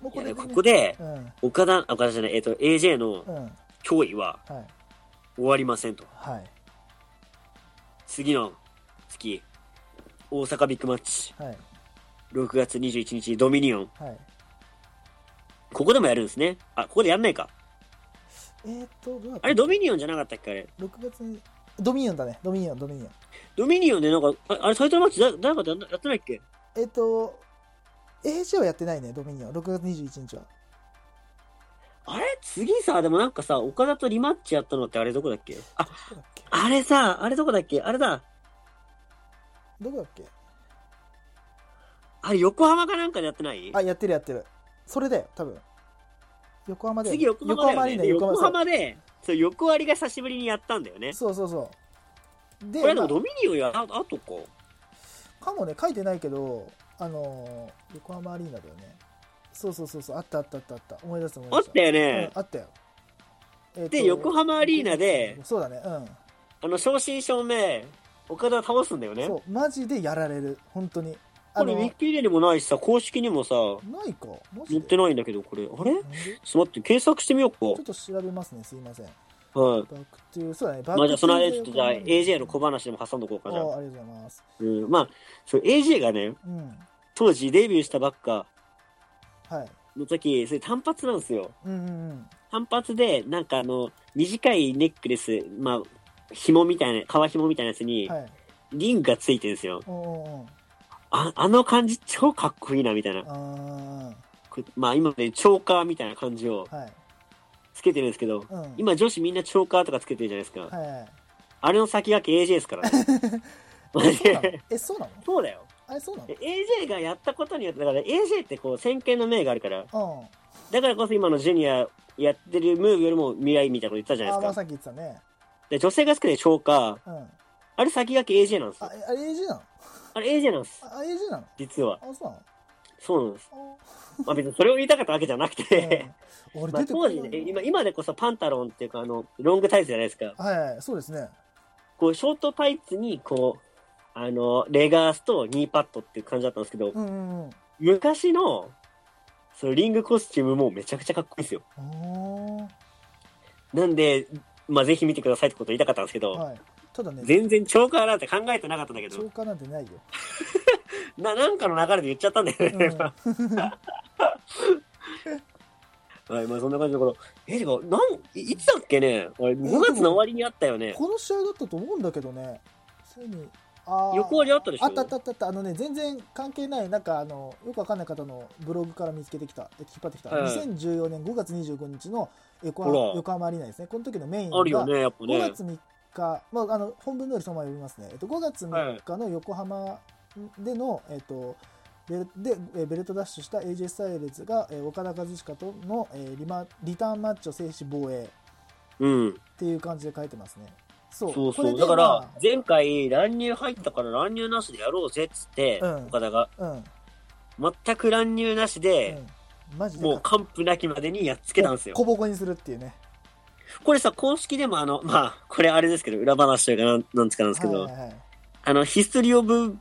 もういこれでやでこねこで、うんうん岡田、あ岡田じゃない、えっ、と、AJ のはい脅威は終わりませんと。はい次の月、大阪ビッグマッチ、はい6月21日、ドミニオン。はいここでもやるんですね。あ、ここでやんないか。えーっとどうだっあたれ、ドミニオンじゃなかったっけあれ。 6月にドミニオンだねドミニオンドミニオンドミニオンでなんか、ああれ、タイトルマッチだ誰かとやんなやってないっけえーっと AJ はやってないねドミニオン6月21日はあれ次さ、でもなんかさ、岡田とリマッチやったのってあれどこだっけあ、どこだっけあれさ、あれどこだっけあれだ。どこだっけあれ、横浜かなんかでやってないあやってるやってるそれだよ多分横浜で次横浜横浜だよね。でアリーナ横横浜浜で、そう、横割りが久しぶりにやったんだよね。そうそうそうでこれでもまドミニオンや、ああとか。あかもね書いてないけどあのー横浜アリーナだよねそうそうそうそうあったあったあったあった思い出した思いあ出っしたようんね。あったよ、えーとで横浜アリーナでそうだねうあの、正真正銘、岡田倒すんだよんね。そうマジでやられる本当にあこれ、ウのィキペディアにもないしさ、公式にもさ、ないかマ載ジってでないんだけど、これ。あれちょなんでちっと待って、検索してみよょっうと調べますねすいませんバか。はい。ックトゥーそうだねバッまあクじトゥゃあ、その間、ちょっとじ横浜ゃあ、アリーナ AJ の小話でも挟んどこうかな。ああありがとうございますうん、まあ、そう、AJ がね、うん当時デビューしたばっかはいの時、それ単発なんですよ。うんうんうん単発で、なんかあの、短いネックレス、まあ、紐みたいな、革紐みたいなやつに、はいリングがついてるんですよ。おおおあ、あの感じ超かっこいいな、みたいな。あこまあ今ね、チョーカーみたいな感じをあはいつけてるんですけど、うん今女子みんなチョーカーとかつけてるじゃないですか。はいはいあれの先駆け AJ で すからね。そうなのマジ でえそうなのそうだよ。あれそうなので AJ がやったことによって、だから AJ ってこう先見の明があるから、うんだからこそ今のジュニアやってるムーブよりも未来みたいなこと言ってたじゃああないでまあすか。さっき言ってたねで、女性が好きでチョーカー、うんあれ先駆け AJ なんですあよ。えあれ AG なのあれ AJ なんです。あ AG なの実は。あそうなのそうなんです。あまあ別にそれを言いたかったわけじゃなくて、うん俺 まあ出てこ当ない時ね、今、今でこそパンタロンっていうか、あの、ロングタイツじゃないですか。はいそうですねこう、ショートタイツに、こう、あの、レガースとニーパッドっていう感じだったんですけど、うんうんうん昔の、そのリングコスチュームもめちゃくちゃかっこいいですよ。おなんで、まあぜひ見てくださいってことを言いたかったんですけおど、はいただね全然超過なんて考えてなかったんだけど超、過なんてないよな、なんかの流れで言っちゃったんだよね。う はい、まあそんな感じのこの、え、てか、なん、いいつだっけねあれ、5月の終わりにあったよね。この試合だったと思うんだけどねついにあー横割りあったでしょあったあったあったあったあのね全然関係ないなんかあのよくわかんない方のブログから見つけてきたえ引っ張ってきた、はい2014年5月25日の横ほ浜ら横浜アリーナですねこの時のメインがあるよ5ね、やっぱね。月3日、まあ、あの本文通りそのまま読みますね、えっと、5月3日の横浜での、えっとベルでえーベルトダッシュした AJ スタイルズが、えー岡田和親との、えーリマリターンマッチを制止防衛うん。っていう感じで書いてますね。そうそこうそれう。でだかまら、前回、乱入入ったから乱入なしでやろうぜっつって、うん岡田が。あうん、全く乱入なしで、うん、マジでもう完膚なきまでにやっつけたんですよボ。コボコにするっていうね。これさ、公式でもあの、 まあ、これあれですけど、裏話というかなん、なんつかなんですけど、はいはいはいあの、ヒストリーオブ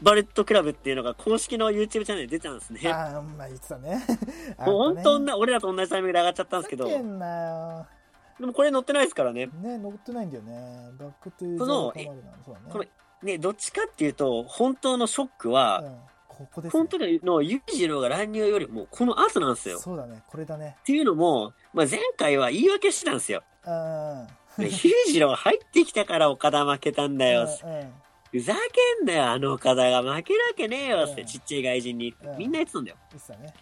バレットクラブっていうのが公式の YouTube チャンネルで出てたんですね。ああ、まあ言ってたね。 もう本当んな、俺らと同じタイミングで上がっちゃったんですけど、けでんなもこれ載ってないですからねよ。。ね、乗ってないんだよね。バックトゥーそのザ横浜アリーナそうだね。このね、どっちかっていうと、本当のショックは、うん、ここです、こね。の時の裕次郎が乱入よりも、この後なんですよ。そうだね、これだね。っていうのも、まあ、前回は言い訳してたんですよ。うんうん。で裕次郎入ってきたから岡田負けたんだよ。うんうんふざけんなよ、あの岡田が負けるわけねえよって、うんちっちゃい外人にう。んみんな言ってたんだよ。言ってたね。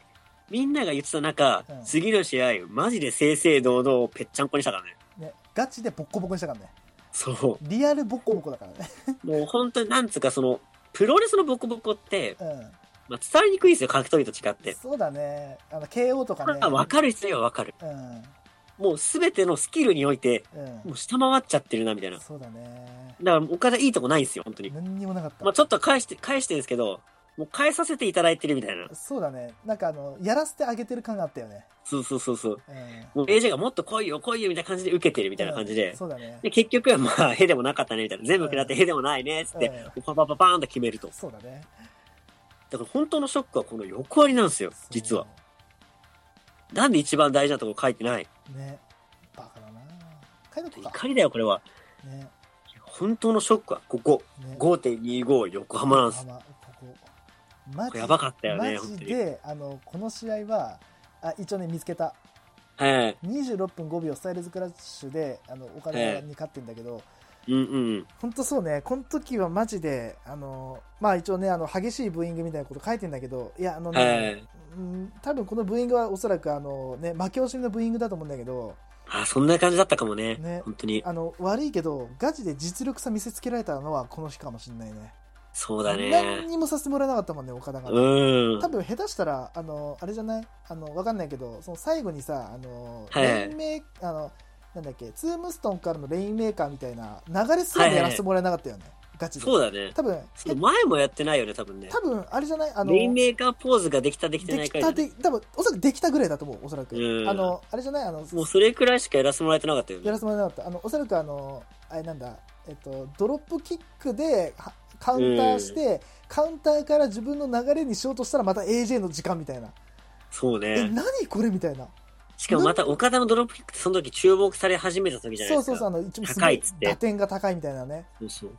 みんなが言ってた中、うん次の試合、マジで正々堂々をぺっちゃんこにしたからね。ね、ガチでボッコボコにしたからね。そリアルボッコボコだからね。う。もう本当になんつうか、その、プロレスのボコボコって、うまあ、伝わりにくいですよ、格闘技と違っん。て。そうだね。あの、KO とかね。まあ、わかる人にはわかる。うもう全てのスキルにおいて、ん。もうう下回っちゃってるな、みたいな。ん。だかそうだね。ら、岡田いいとこないんですよ、本当に。何にもなかった。まあ、ちょっと返して、返してるんですけど、もう返させていただいてるみたいな。そうだね。なんかあの、やらせてあげてる感があったよね。そうそうそうそう。うん。みもう AJ がもっと来いよ、来いよ、みたいな感じで受けてるみたいな感じで。そうだね。で、結局はまあ、へでもなかったね、みたいな。全部食らってへでもないね、つって、パパパパーンと決めると。そうだね。だから本当のショックはこの横割りなんですよ、実は。そう。なんで一番大事なとこ書いてないねバカだな書いとくか怒りだよ、これは。ね本当のショックは、ここ。ね5.25横浜なんです。浜ここマこれやばかったよね、マ本ジ当に。であのこの試合はあ一応ね見つけたはい。 26分5秒スタイルズクラッシュであの岡田に勝ってんだけど、うんうん。本当そうねこの時はマジであのまあ一応ねあの激しいブーイングみたいなこと書いてんだけどいやあのね、はい。うん多分このブーイングはおそらくあのね負け惜しみのブーイングだと思うんだけどあ、そんな感じだったかもね。ね本当に。あの悪いけどガチで実力差見せつけられたのはこの日かもしれないねそうだ何ね。にもさせてもらえなかったもんね岡田が、うん。多分下手したらあのあれじゃないあのわかんないけどその最後にさあの、はいはいレインメーあのなんだっけツームストンからのレインメーカーみたいな流れすらでやらせてもらえなかったよね、ガチでそうだね。多分その前もやってないよね、多分ね。多分あれじゃないあのレインメーカーポーズができたできてなでいき回ただねで多分おそらくできたぐらいだと思うおそらく、うんあのあれじゃないあのもうそれくらいしかやらせてもらえてなかったよやねら。せてもらえなかったあのおそらくあのあれなんだ、えっと、ドロップキックではカウンターして、カウンターから自分の流れにしようとしたらまた AJ の時間みたいな、そうえね。何これみたいなしかもまた岡田のドロップキックってその時注目され始めた時じゃなそいでうすか。そうそうあの一応すご高いっつって打点が高いみたいなねそうそう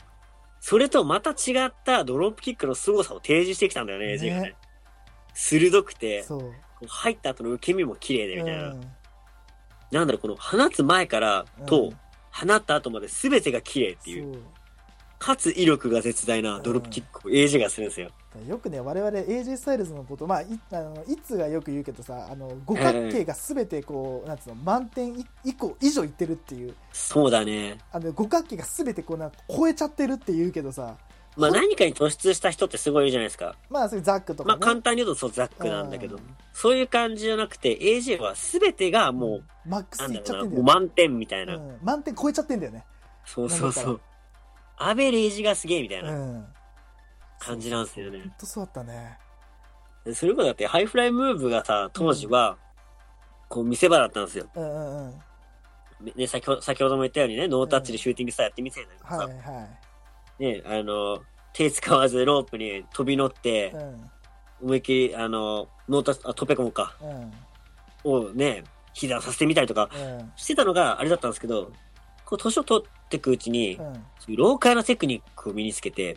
それとまた違ったドロップキックの凄さを提示してきたんだよね、ね AJ がね。鋭くて、そう、うん、こう入った後の受け身も綺麗でみたいな。なんだろう、この放つ前からと、うん放った後まで全てが綺麗っていう、そうかつ威力が絶大なドロップキックを AJ がするんですよ。よくね我々 AJ スタイルズのことまあいあのいつがよく言うけどさあの五角形が全てこうなんつうの満点い以降以上いってるっていうそうだね。あの五角形が全てこうなんか超えちゃってるって言うけどさまあほん何かに突出した人ってすごいいるじゃないですか。まあそういうザックとまか、あね簡単に言うとそうザックなんだけどう、んそういう感じじゃなくて AJ は全てがもう、マックスなんいだっちゃっろてうんだな、もうよ、満点みたいな。うん、満点超えちゃってんだよねそうそうそなんう。アベレージがすげえみたいうなん感じなんですよねほん。とそうだったねそれこそだってハイフライムーブがさ、当時は、こう見せ場だったんですよ。うんうんうんね、先ほど先ほども言ったようにね、ノータッチでシューティングスターやってみせたりとかはさ、いはね、あの、手使わずロープに飛び乗ってい、うん思いっきり、あの、ノータッチ、あ、トペコンか、うんをね、被弾させてみたりとかうんしてたのがあれだったんですけど、こう年を取っていくうちに、うんそういう老化なテクニックを身につけて、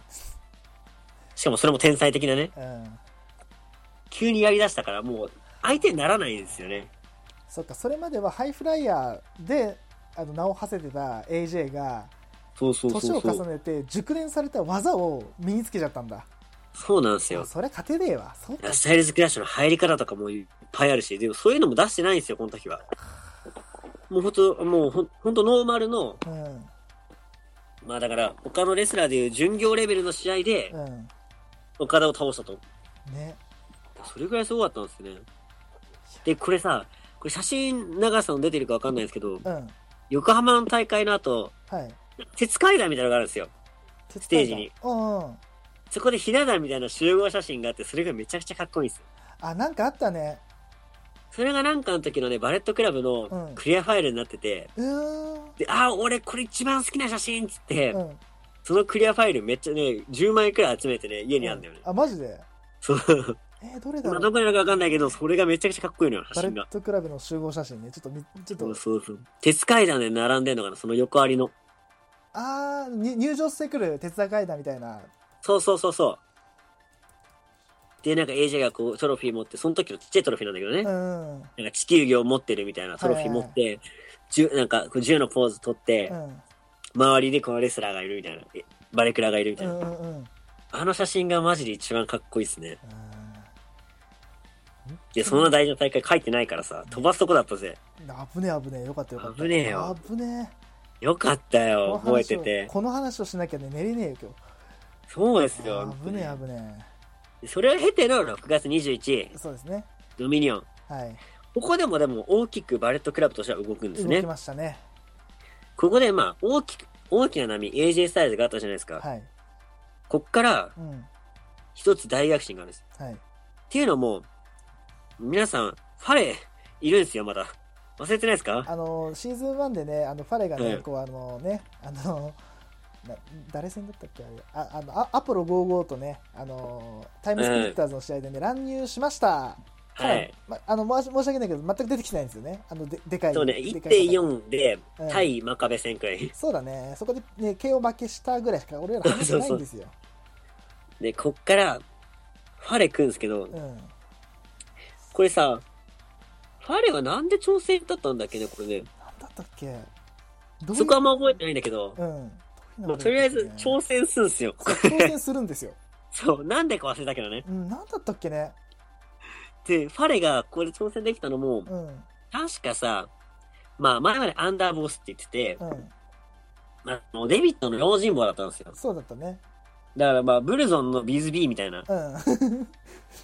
しかもそれも天才的なね、うん急にやり出したからもう相手にならないんですよね。そっかそれまではハイフライヤーであの名を馳せてた AJ がそうそう年そをうそ重う。ねて熟練された技を身につけちゃったんだそうなんですあよ。それ勝てねえわそうかスタイルズクラッシュの入り方とかもいっぱいあるし、でもそういうのも出してないんですよ、この時は。もうほんと、もうほんほんとノーマルの、うんまあだから他のレスラーでいう巡業レベルの試合でうん岡田を倒したと。ねそれぐらいすごかったんですね。で、これさ、これ写真長さの出てるかわかんないんですけうど、ん横浜の大会の後、はい鉄階段みたいなのがあるんですよ。ステージにうんうんそこでひな壇みたいな集合写真があって、それがめちゃくちゃかっこいいんですよ。あなんかあったねそれがなんかの時のね、バレットクラブうのんクリアファイルになってて、うーんで、ああ、俺これ一番好きな写真っつって、うんそのクリアファイルめっちゃね、10枚くらい集めてね、家にあんだよね。あマジでそう。えーどれだろまあ、うどこにあるかわかんないけど、それがめちゃくちゃかっこいいのよ、写バレ真ッが。トクラブの集合写真ねちょっとみちょっそとうそうそう。鉄階段で並んでんのかな、その横ありの。あーに入場してくる鉄田階段みたいなそうそうそうそう。で、なんか AJ がこう、トロフィー持って、その時のちっちゃいトロフィーなんだけどね。うんなんか地球儀を持ってるみたいなトロフィー持って、銃なんかこう銃のポーズ取ってう、ん周りでこのレスラーがいるみたいな、えバレクラがいるみたういな、んうんうんあの写真がマジで一番かっこいいですね。うんいや、そんな大事な大会書いてないからさ、飛ばすとこだったぜ。危ねえ危ねえよかったよかった危ねえよ危ねよかったえよ、覚えてこの話をて。この話をしなきゃね寝れねえよそうです今よ日。危ねえ危ねそれを経ての6月21えそうですねドミニオン。はいここでもでも大きくバレットクラブとしては動くんです動ねき。ましたねここでまあ、大きく、大きな波、AJ スタイルがあったじゃないですか。はいこっからうん一つ大躍進があるんです。はいっていうのも、皆さん、ファレいるんですよ、まだ。忘れてないですかあのシーズン1でねあのファレがね、うんこうあのねあのな誰戦だったっけあれああのアアポロ55とねあのタイムスピリッターズの試合でね、乱入しましたかなはりい。ま、あの申し申し訳ないけど全く出てきてないんですよねあのででかいそうね、でかい1.4でうん、対真壁戦くらい。そうだねそこで、ね、KO 負けしたぐらいしか俺ら話してないんですよで、こっから、ファレ来るんですけど、うんこれさ、ファレはなんで調整だったんだっけね、これなね。んだったっけどういうそこはあんま覚えてないんだけど、うんどういうのまがあとりあえずそう挑戦するんすよ。挑戦するんですよ、 そう、なんでか忘れたけどね。うん、なんだったっけねで、ファレがこれ挑戦できたのも、うん確かさ、まあ前までアンダーボスって言ってて、うんあのデビットの老人坊だったんですよ。そうだったねだからまあブルゾンのビーズビーみたいなうん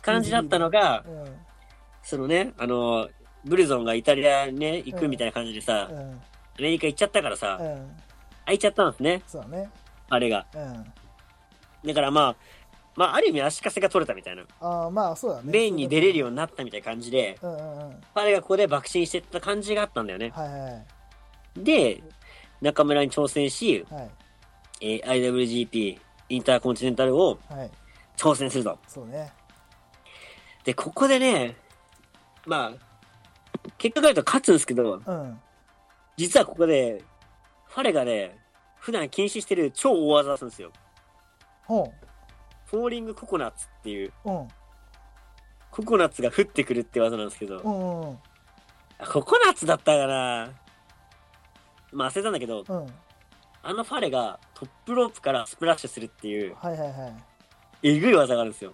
感じだったのが、うんうんそのね、あの、ブルゾンがイタリアにね、行くみたいな感じでさ、うんアメリカ行っちゃったからさ、うん空いちゃったんですね、そうだねあれが。うんだからまあ、まあある意味足かせが取れたみたいな。ああまあそうだねメインに出れるよようになったみたいな感じで、うんうんうんあれがここで爆心してった感じがあったんだよね。はいはいで、中村に挑戦し、はいえー IWGP インターコンチネンタルをはい挑戦すると。そうねで、ここでね、まあ、結果から言うと勝つんですけど、うん実はここで、ファレがね、普段禁止してる超大技をするんですよ。ほフォーリングココナッツっていう、ううんココナッツが降ってくるって技なんですけどう、んうんあココナッツだったかなまあ忘れたんだけど、うんあのファレがトップロープからスプラッシュするっていう、はいはいはいえぐい技があるんですよ。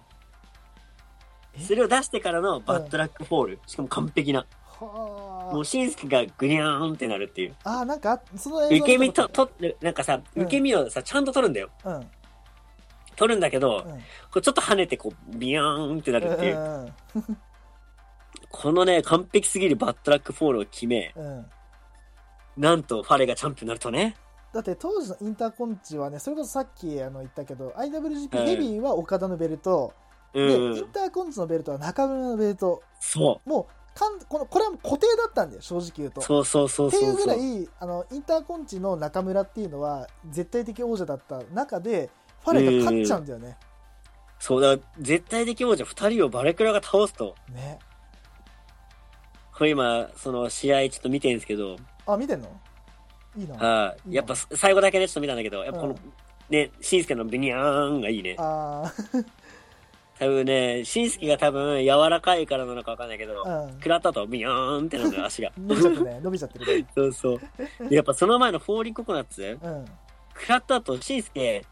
えそれを出してからのバッドラックフォール。しかも完璧な。もはうシンスケがグニャーンってなるっていう。ああーなんかあその映像受け身見たと、、ことなんかさ、うん受け身をさ、ちゃんと取るんだよ。ある取るんだけどうん、うんこうちょっと跳ねてこう、ビヤーンってなるっていうう。んこのね、完璧すぎるバッドラックフォールを決め、うんうんなんとファレがチャンピオンになるとね。だって当時のインターコンチはねそれこそさっきあの言ったけどう IWGP んヘビーは岡田のベルト、うでんうインん。ターコンチのベルトは中村のベルトそもうかんこのこれはもう固定だったんだよ正直言うとう。そうそうそうっていそううぐらそう。いあのインターコンチの中村っていうのは絶対的王者だった中でファレが勝っちゃうんだよね。そうだ、絶対的王者2人をバレクラが倒すと。ねこれ今、その試合ちょっと見てるんですけど、あ見てんのいいな。ああいいーなやっぱす最後だけでちょっと見たんだけど、やっぱこの、うんね、しんすけのビニャーンがいいね。あ多分ね、しんすけが多分柔らかいからなのかわかんないけど、ーうん。食らったとビニャーンってなるのよ、足が 伸びちゃってね伸びちゃってるね。そうそう。でやっぱその前のフォーリンココナッツ、うん。食らった後、しんすけ、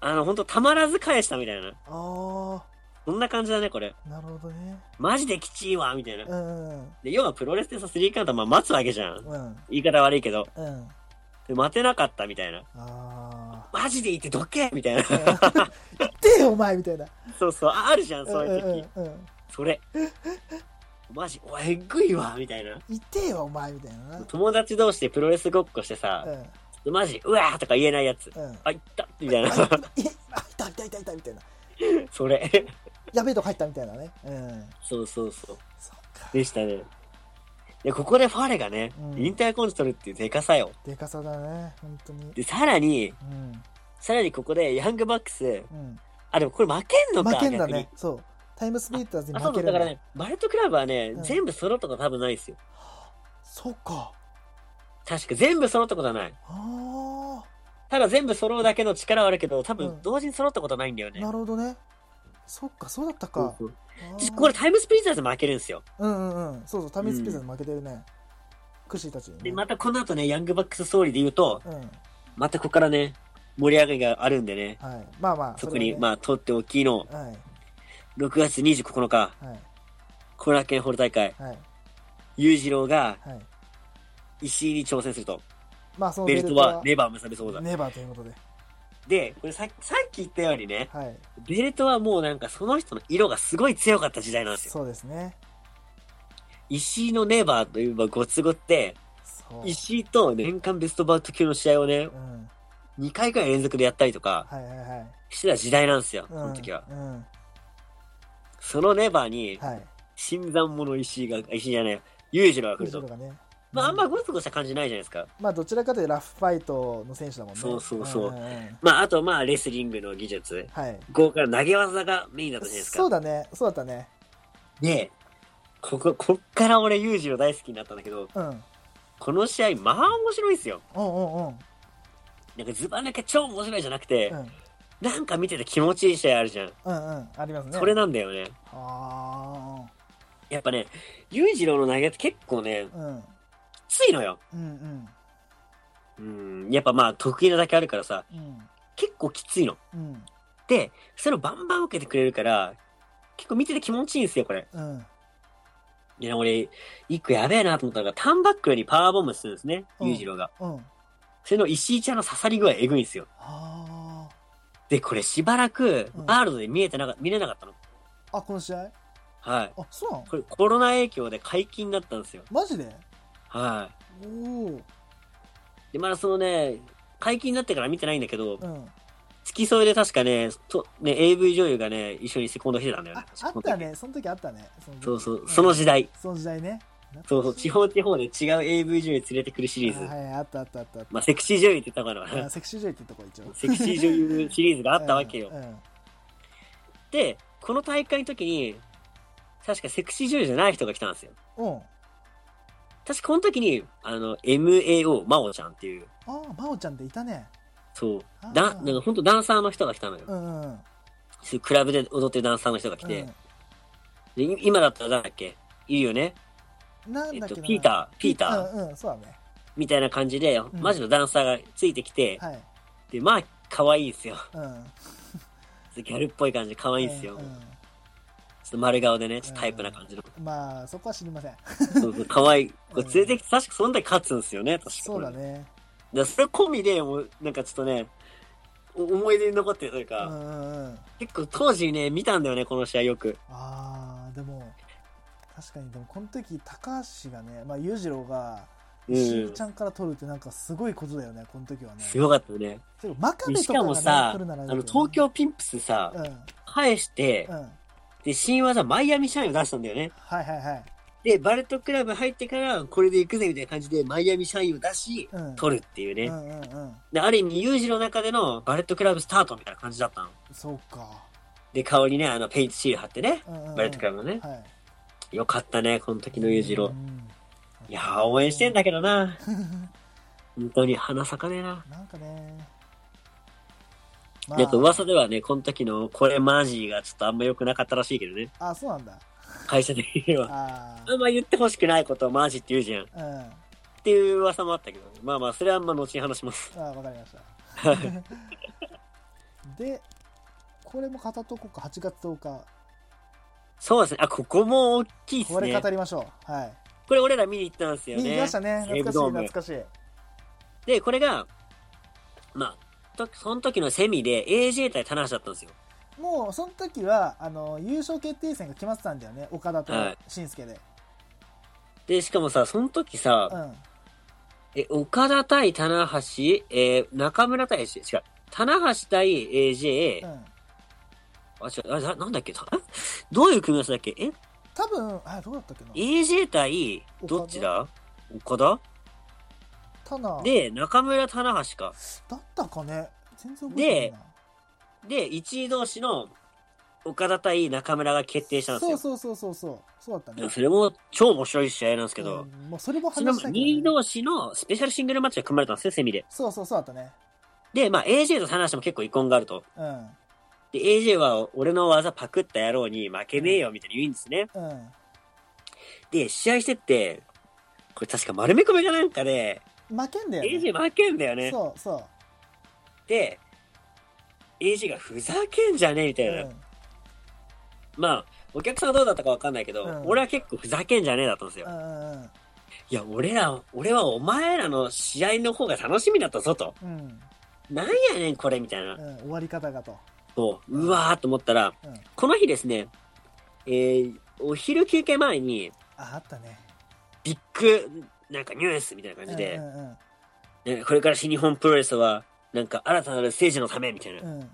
あの、ほんとたまらず返したみたいな。あこんな感じだね、これ。あなるほどね。マジできちいわ、みたいな。うんうんで、要はプロレスでさ、スリーカウント、まあ待つわけじゃん。うん言い方悪いけど。うん。で待てなかったみたいな。あマジでいてどけみたいな。あ。行ってよお前み たいな。そうそう、ああるじゃん、そういう時。うんうんうんうんそれ。マジ、おいえぐいわ、みたいな。行ってよお前みたいなな。友達同士でプロレスごっこしてさ、うマジ、うわーとか言えないやつ。んうん。あ、いったみたいな。えあいたいたいたいたみたいな。それ。やべえとこ入ったみたいなね。うん。そうそうそう。そっか。でしたね。で、ここでファレがね、うんインターコンチ取るっていうデカさよ。でかさだね本当に。で、さらに、うんさらにここでヤングバックス、うん。あ、でもこれ負けんのか負けんだ逆にね。そう。タイムスプリッターズにあ、そう負けそう、るだんからだ。ね、バレットクラブはね、うん全部揃ったこと多分ないですよ。そっか。確か全部揃ったことはない。あただ全部揃うだけの力はあるけど、多うん分同時に揃ったことはないんだよあ、ね。なるほどね。そっか、そうだったそうか。そうあちーこれ、タイムスプリッターズ負けるんですよ。うんうんうん。そうそう、タイムスプリッターズ負けてるね。クシーたちにね。で、またこの後ね、ヤングバックスストーリーで言うと、うん。はい。またここからね、盛り上がりがあるんでね、まあまあ。そこに、れはねまあ、とっておきの、はい。 6月29日、はい。コラケンホール大会、はい。裕次郎がはい。石井に挑戦すると、まあ、そのベルトはネバー結びそうだ。ネバーということで。で、これささっき言ったようにね、はい。ベルトはもうなんかその人の色がすごい強かった時代なんですよ。そうですね。石井のネバーといえばごつごって、そう。石井とね年間ベストバウト級の試合をね、うん。 2回くらい連続でやったりとかはいはいはい。してた時代なんですよ、うこんの時は。うん。そのネバーに、はい。新参者石井が、石井じゃない、裕次郎が来る藤と野。がね。まあ、あんまうんゴツゴツした感じないじゃないですか。まあ、どちらかというとラフファイトの選手だもんね。そうそうそうんんんまあ、あと、まあ、レスリングの技術。はい。豪華な投げ技がメインだったじゃないですか。そうだね。そうだったね。で、ここ、こっから俺、ユージの大好きになったんだけど、うん。この試合、まあ面白いんですよ。おうんなんかズバ抜け超面白いじゃなくて、うんうん。なんか見てて気持ちいい試合あるじゃん。うんうん。ありますね。それなんだよね。あやっぱね、裕次郎の投げって結構ね、あ。うん。きついのよ。うんうん。うん、やっぱまあ得意なだけあるからさ、うん。結構きついの。うん。で、それをバンバン受けてくれるから、結構見てて気持ちいいんですよ、これ。うん。いや、俺、一個やべえなと思ったのが、ターンバックよりパワーボムするんですね、うん裕次郎が。うん。それの石井ちゃんの刺さり具合えぐいんですよ。あで、これしばらくう、んアールドで見えてなか見れなかったの。あ。あ、この試合はい。あ、そうなのこれコロナ影響で解禁になったんですよ。マジではい。おお。で、まだそのね、解禁になってから見てないんだけど、うん。付き添いで確かね、とね、AV 女優がね、一緒にセコンドしてたんだよあね。、あったね。その時あったね。その時そうそう、その時代。その時代ね。そうそう、地方地方で違う AV 女優連れてくるシリーズ。はいはい、あったあったあったあっまあ、セクシー女優って言ったのかた。なあ。セクシー女優ってとこ一応。 セクシー女優シリーズがあったわけよう。ん。で、この大会の時に、確かセクシー女優じゃない人が来たんですよ。うん。うん確かこの時に、あの、MAO、真央ちゃんっていう、ああ、真央ちゃんっていたね。そう、あーだなんか本当ダンサーの人が来たのよう。んうん。そういうクラブで踊ってるダンサーの人が来て、でい今だったら誰だっけいるよねうん。なんえっだっけと、なピーター、ピーター、うんうん、そうだね。みたいな感じで、んマジのダンサーがついてきて、はい。で、まあ、可愛いですよ。 うん。ギャルっぽい感じで可愛いですよ。うちょんっと丸顔でね、ちょっとタイプな感じの。うんまあ、そこは知りません。そうそう、可愛い。こうれん連れてきて、確かそんだけ勝つんですよね、確か。そうだ。ね。だからそれ込みで、もう、なんかちょっとね、お思い出に残ってるといううか、んうんうん。結構当時ね、見たんだよね、この試合よく。ああでも確かにでもこの時高橋がね、まあ、裕次郎がうんしんちゃんから取るってなんかすごいことだよねこの時はねすごかったよね。てか真壁しとかかもが、ね、さ、あ取るならの、だけどね東京ピンプスさう、ん返して、うんで、新技マイアミシャインを出したんだよね。はいはいはいで、バレットクラブ入ってから、これで行くぜみたいな感じで、マイアミシャインを出し、うん取るっていうね。うんうんうんで、ある意味、ユージの中でのバレットクラブスタートみたいな感じだったの。そうかで、顔にね、あの、ペイントシール貼ってね、うんうんうんバレットクラブのね。はいよかったね、この時のユージロう。んいやー、応援してんだけど な。本当に花咲かねえな。なんかねまなんか噂ではね、この時のこれマジがちょっとあんま良くなかったらしいけどね。あそうなんだ会社的には。ああんま言ってほしくないことをマジって言うじゃん。っあうんていう噂もあったけど、ね、まあまあ、それはあんま後に話します。あわかりました。 で、これも語っとこうか、8月10日。そうですね。あ、ここも大きいですこれね。語りましょう。はい。これ俺ら見に行ったんですよ見に行きねまし。たね。西懐武かしドーい、ム懐かしい。で、これが、まあ、とその時のセミで AJ 対棚橋だったんですよ。もう、その時は、あの、優勝決定戦が決まってたんだよね。岡田とはい新助で。で、しかもさ、その時さ、うん。え、岡田対棚橋、えー中村対、違う、棚橋対 AJ、うん。あ、違う、あ、ななんだっけ、たえどういう組み合わせだっけえ多分、あ、どうだったっけな。 ?AJ 対、どっちだ岡田たな、だで、中村棚橋か。ったかね。全然覚えてないな。で、1位同士の岡田対中村が決定したんですそよ。うそうそうそうそう。そうだったでもね。それも超面白い試合なんですけど、うんもうそれもその話した2け位どね。同士のスペシャルシングルマッチが組まれたんですよ、セミで。そうそうそうだったね。で、まあ AJ と棚橋も結構遺恨があると。うん。で、AJ は俺の技パクった野郎に負けねえよみたいに言うんですね。うん。で、試合してって、これ確か丸め込みがなんかで、負けんだよね。 AJ 負けんだよね。そうそう。で、AJ がふざけんじゃねえみたういな。ん。まあ、お客さんはどうだったかわかんないけど、うん俺は結構ふざけんじゃねえだったんですよう。んうんいや、俺ら、俺はお前らの試合の方が楽しみだったぞと。うん。うん。なんやねん、これ、みたいな。うん、終わり方がと。そう、うわーっと思ったら、うんこの日ですね、えーお昼休憩前に、あ、あったね。ビッグ、なんかニュースみたいな感じうで、んうんねこれから新日本プロレスは、なんか新たなる政治のため、みたいなう。ん。うん。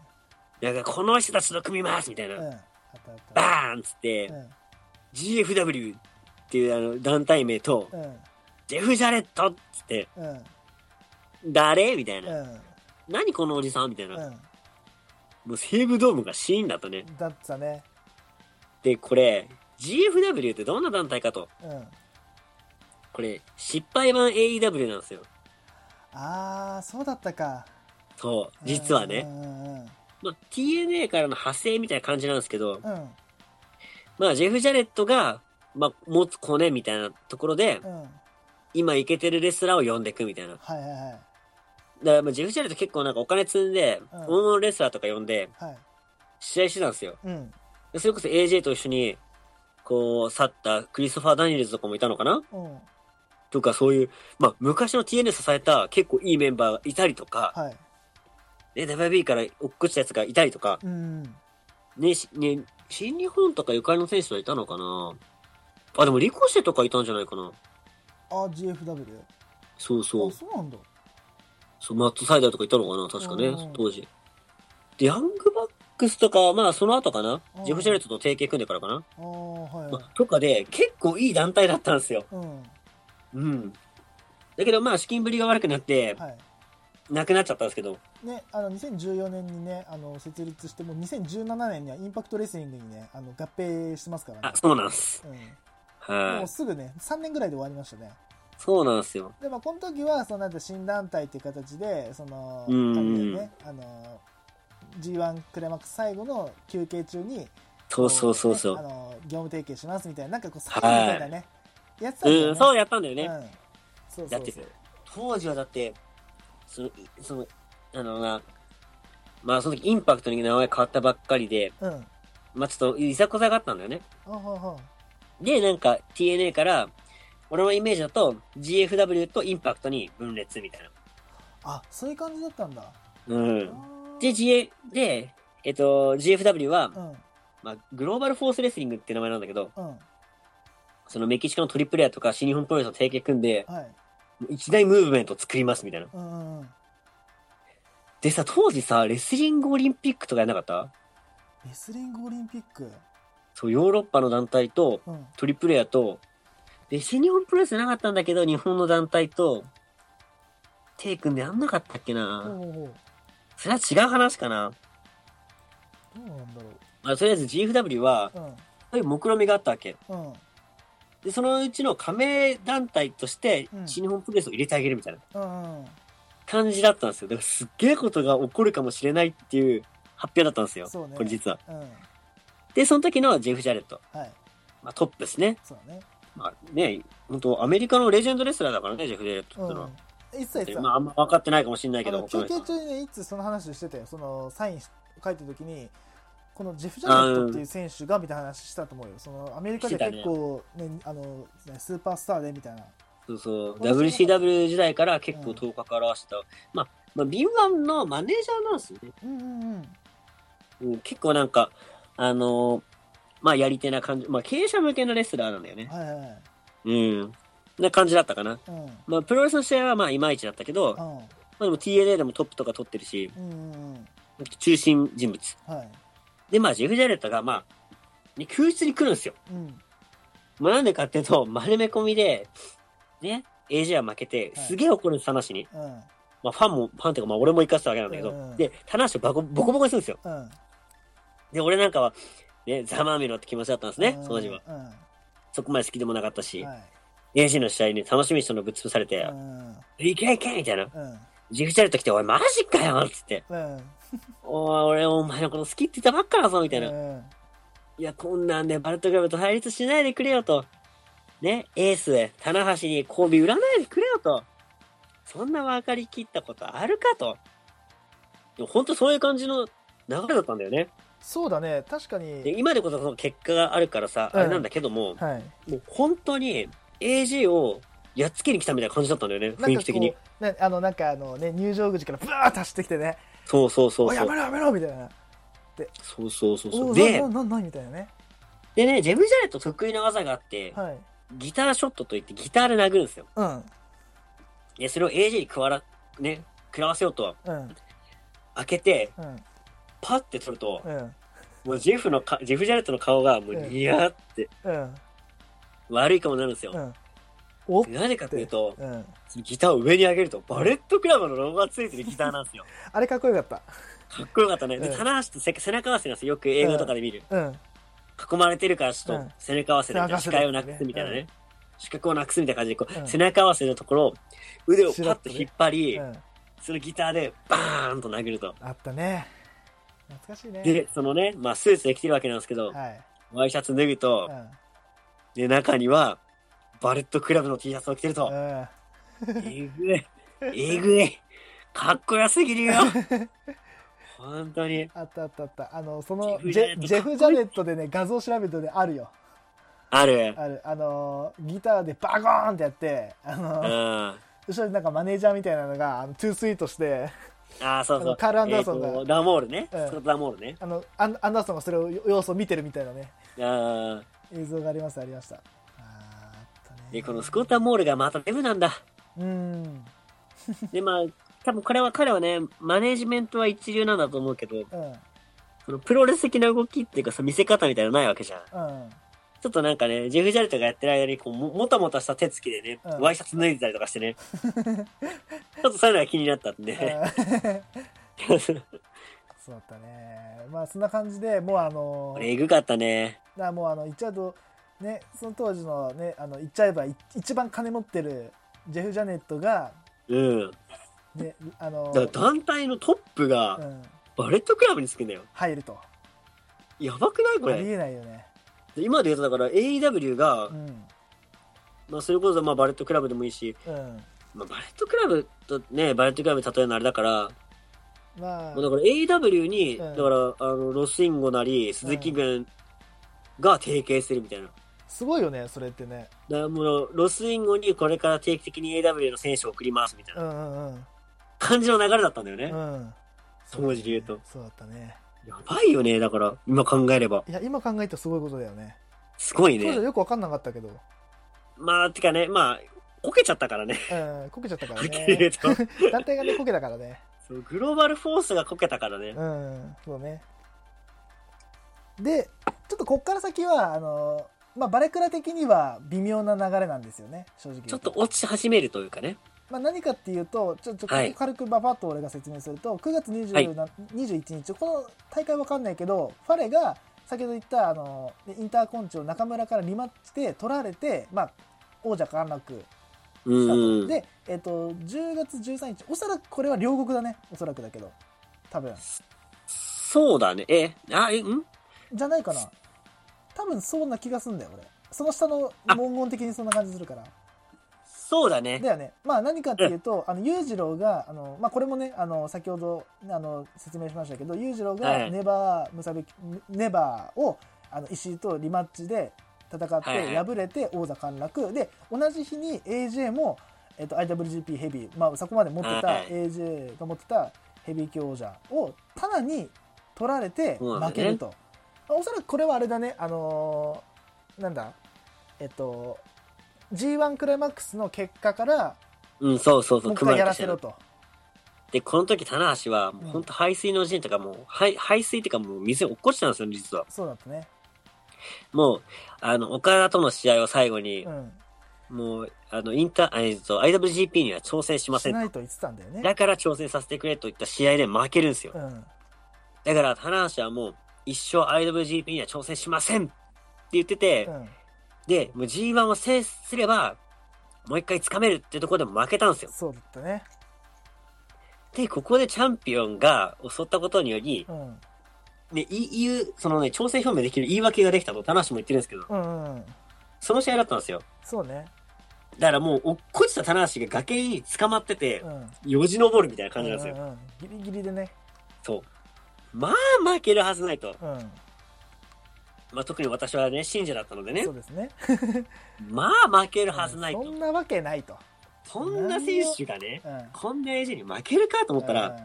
なんかこの人たちと組みます、みたいな。うん。あったあった。バーンっつって、う GFW っていうあの団体名と、ん。ジェフ・ジャレットっつって、うん。うん。誰みたいな。う何このおじさんみたいな。ん。もう西武ドームがシーンだったね。うん。だったね。で、これ、 GFW ってどんな団体かと。うん。これ、失敗版 AEW なんですよ。ああ、そうだったか。そう。実はうね。んうんうんまあ、TNA からの派生みたいな感じなんですけど、うん。まあ、ジェフ・ジャレットが、まあ、持つコネみたいなところで、うん。うん。今イケてるレスラーを呼んでいくみたいな。だかはいはいはい。ら、まあ、ジェフ・ジャレット結構なんかお金積んで、うん大物レスラーとか呼んで、はい。試合してたんですよ。うん。でそれこそ AJ と一緒に、こう、去ったクリストファー・ダニエルズとかもいたのかなうん。とか、そういう、まあ、昔の TNA 支えた結構いいメンバーがいたりとか、はい。ね、WB から落っこちたやつがいたりとか、うん。ね、しね、新日本とかゆかりの選手はいたのかなあ、でもリコシェとかいたんじゃないかなあ、GFW。そうそうあ、。そうなんだ。そう、マットサイダーとかいたのかな確かねうん、当時。で、ヤングバックスとか、まあその後かなうんジェフ・ジャレットと提携組んでからかな、ああ、はいまはいあ。とかで、結構いい団体だったんですよ。うん。はうん。だけどまあ資金ぶりが悪くなって、なくなっちゃったんですけど、い。ね、あの、2014年にね、あの、設立して、もう2017年にはインパクトレスリングにね、あの、合併してますからあね、。そうなんです。うん。はもうい。すぐね、3年ぐらいで終わりましたね。そうなんですよ。でもこの時はそのなんて新団体っていう形でその、うんあれだよねあの G1 クライマックス最後の休憩中にそうそうそうそこう。ねあの業務提携しますみたいななんかこうサインみたいなね、やってたんだよねうん、そうやったんだよね。うんそうだそっうてそう、当時はだって、その、その、あのな、まあその時インパクトに名前変わったばっかりで、うんはまあちょっといざこざがあったんだよね。あはあはで、なんか TNA から、俺のイメージだと GFW とインパクトに分裂みたいな。ああそういう感じだったんだうん。で、GA、で、えっと、GFW は、うんまあ、グローバルフォースレスリングって名前なんだけど、うんそのメキシコのトリプルアとか新日本プロレスの提携組んで、はいもう一大ムーブメントを作りますみたいな。うんうんうんでさ、当時さ、レスリングオリンピックとかやんなかったレスリングオリンピックそう、ヨーロッパの団体とうんトリプルアと、で、新日本プロレスなかったんだけど、日本の団体と、手組んでやんなかったっけな、ほうほうほうそれは違う話かな。どうなんだろまあ、とりあえず GFW は、うそういう目論みがあったわけ。うんうんで、そのうちの加盟団体としてう、ん新日本プロレスを入れてあげるみたいなうんうん感じだったんですよ。だからすっげえことが起こるかもしれないっていう発表だったんですよ。そうねこれ実は。うんで、その時のジェフ・ジャレット。はいまあ、トップですね。そうだねまあ、ね、本当アメリカのレジェンドレスラーだからね、ジェフ・ジャレットってのは。うん一切でさまあ、あんま分かってないかもしれないけあど、の休他の憩人は中にねいつその話をしてたよそのサインし書いた時にこのジェフ・ジャレットっていう選手がみたいな話したと思うよそのアメリカでしてたね結構、ねあのねスーパースターでみたいなそうそう。この人 WCW 時代から結う構ん頭角を現した。まあ、まあ、敏腕のマネージャーなんですよね。うんうんうんうん結構なんか、あのーまあ、やり手な感じ、まあ、経営者向けのレスラーなんだよね。はいはいはいうん。な感じだったかな。うんまあ、プロレスの試合はまあ、いまいちだったけど、まあ、でも TNA でもトップとか取ってるし、うんうんうんうん中心人物。はいで、まあ、ジェフ・ジャレットが、まあ、ね休日に来るんですよ。うんまあ、なんでかっていうと、丸め込みで、ね、AJ は負けて、はいすげえ怒るんです、話に。うんまあ、ファンも、ファンっていうか、まあ、俺も行かせたわけなんだけど、うんで、棚橋をバコボコボコにするんですよ。うんで、俺なんかは、ね、ざまあみろって気持ちだったんですね、その時は。うんそこまで好きでもなかったし、はい AJ の試合に楽しみにしたのぶっ潰されてう、んいけいけみたいな。うんジェフ・ジャレット来て、おい、マジかよっつって。うんおい、俺、お前のこと好きって言ったばっかだぞみたいな。うんいや、こんなんね、バルトグラブと対立しないでくれよと。ね、エース、棚橋に交尾売らないでくれよと。そんな分かりきったことあるかと。でも本当そういう感じの流れだったんだよね。そうだね確かにで今でこそその結果があるからさ、うんあれなんだけども、はいもう本当に AG をやっつけに来たみたいな感じだったんだよね、な雰ん囲か気的にこ。うねあのなんかあのね入場口からブワーッと走ってきてねそうそうそうおいそやうめ。ろやめろみたいなそうそうそうおそう。おでな、ななみたいなねでね、ジェム・ジャレット得意な技があって、はいギターショットといってギターで殴るんですよ。うんで、それを AJ に食わら、ね、食らわせようとはうん開けて、うんパッて取るとう、んもうジェフのか、ジェフ・ジャレットの顔が、もう、うんニヤーって、うん悪い顔になるんですうよ。んおっなぜかというと、うんギターを上に上げると、バレットクラブのロゴがついてるギターなんですよ。あれかっこよかったかっこよかったね。で、うん棚橋と背背中合わせなんですよ。よく映画とかで見る。うん囲まれてるから、ちょっうんと背中合わせで背中合わせ視で界をなくすみたいなうね。視覚をなくすみたいな感じで、こうんう、背中合わせのところを、腕をパッと引っ張りう、ん、そのギターでバーンと投げると。あったね懐かしいねで、そのね、まあ、スーツで着てるわけなんですけど、はい、ワイシャツ脱ぐとうん、で、中には、バレットクラブの T シャツを着てると。うん、えぐい。えぐい。かっこよす ぎるよ。本当に。あったあったあったあのそのジジェェフジェフ・ジャネットでね画像調べるとねあるよある。あるあのギターでバコーンってやってあの、うん。あ後ろになんかマネージャーみたいなのがあのトゥースイートしてあ、そうあそうの。カールアンダーソンがえーとダモールね。うんスコットダモールね。あのアンアンダーソンがそれを様子を見てるみたいなねああ。映像がありましたありましたあーあったねで、このスコットダモールがまたデブなんだ。うんで、まあ、多分これは彼はね、マネージメントは一流なんだと思うけど、うんそのプロレス的な動きっていうかさ、見せ方みたいなのないわけじゃん。うん ちょっとなんかね、ジェフ・ジャレットがやってる間に、こう、ももたもたした手つきでね、うんワイシャツ脱いでたりとかし てね。ちょっとそういうのが気になったんで。そうだったねまあそんな感じでもうあの これえぐかったね。なもうあの言っちゃうとねその当時のねあの言っちゃえばい一番金持ってるジェフ・ジャネットがうん。ねあのだから団体のトップうがん、バレットクラブにつくんだよ。入るとやばくないこありれ。えないよね今で言うとだから AEW がう、んまあそれこそまあバレットクラブでもいいし、うんまあバレットクラブとね、バレットクラブに例えるのあれだから、まあもうだから AEW に、うんだからあの、ロシンゴなり、鈴木軍が提携するみたいな。すごいよねそれってねだからもうロスインゴにこれから定期的に AW の選手を送りますみたいうなんうん感じの流れだったんだよね。うやんうん当時で言うとそうだったねばいよね、だから、今考えれば。いや今考えたらすごいことだよねすごい当時はね。よく分かんなかったけど、まあ、てかね、まあ、こけちゃったからね。うん、こけちゃったからはっきり言うねと 団体がねこけだからねそうグローバルフォースがこけたからね。うんそうねでちょっとこっから先はあの、まあ、バレクラ的には微妙な流れなんですよね正直言うちょっと落ち始めるというかね。まあ、何かっていうとちょっとはい軽くババッと俺が説明すると、9月20、はい21日この大会わかんないけどファレが先ほど言ったあのインターコンチを中村からリマッチで取られて、まあ、王者陥落うしたーとん。で、えっと10月13日おそらくこれは両国だねおそらくだけど多分そうだね。え、あ、え、んじゃないかな多分そうな気がすんだよ俺その下のあ文言的にそんな感じするからそうだね。だよねまあ何かっていうとあの裕次郎があの、まあ、これもねあの先ほどあの説明しましたけど裕次郎はがいネバームサビネバーをあの石井とリマッチで戦ってはいはい敗れて王座陥落で同じ日に AJ も、えっと IWGP ヘビー、まあ、そこまで持ってたはい AJ が持ってたヘビー級王者をただに取られてそうだね負けると、まあおそらくこれはあれだねあのーなんだえっと G1 クライマックスの結果からうん、そうそうそもうう、一回やれらてせきろた。と。で、この時、棚橋は、うんほんと排水の陣とかもう、排排水っていうかもう水落っこちたんですよ、実は。そうだったね。もう、あの、岡田との試合を最後にう、ん。もう、あの、インター、えっと、IWGP には挑戦しませしん。ないと言ってたんだよね。だから挑戦させてくれと言った試合で負けるんですよう。ん。だから、棚橋はもう、一生 IWGP には挑戦しませんって言っててう、ん。で、もう G1 を制すれば、もう一回掴めるってところでも負けたんですよ。そうだったね。で、ここでチャンピオンが襲ったことによりう、ん。ね、い言う、そのね、挑戦表明できる言い訳ができたと、棚橋も言ってるんですけど、うん、うん。その試合だったんですよ。そうね。だからもう、落っこちた棚橋が崖に捕まっててう、ん。よじ登るみたいな感じなんですよう。んうん。ギリギリでね。そう。まあ、負けるはずないと。うん。まあ、特に私はね、信者だったのでねそう。ですね。まあ、負けるはずないうんとそ。んなわけないと。そんな選手がね、うん。こんな AJ に負けるかと思ったら、や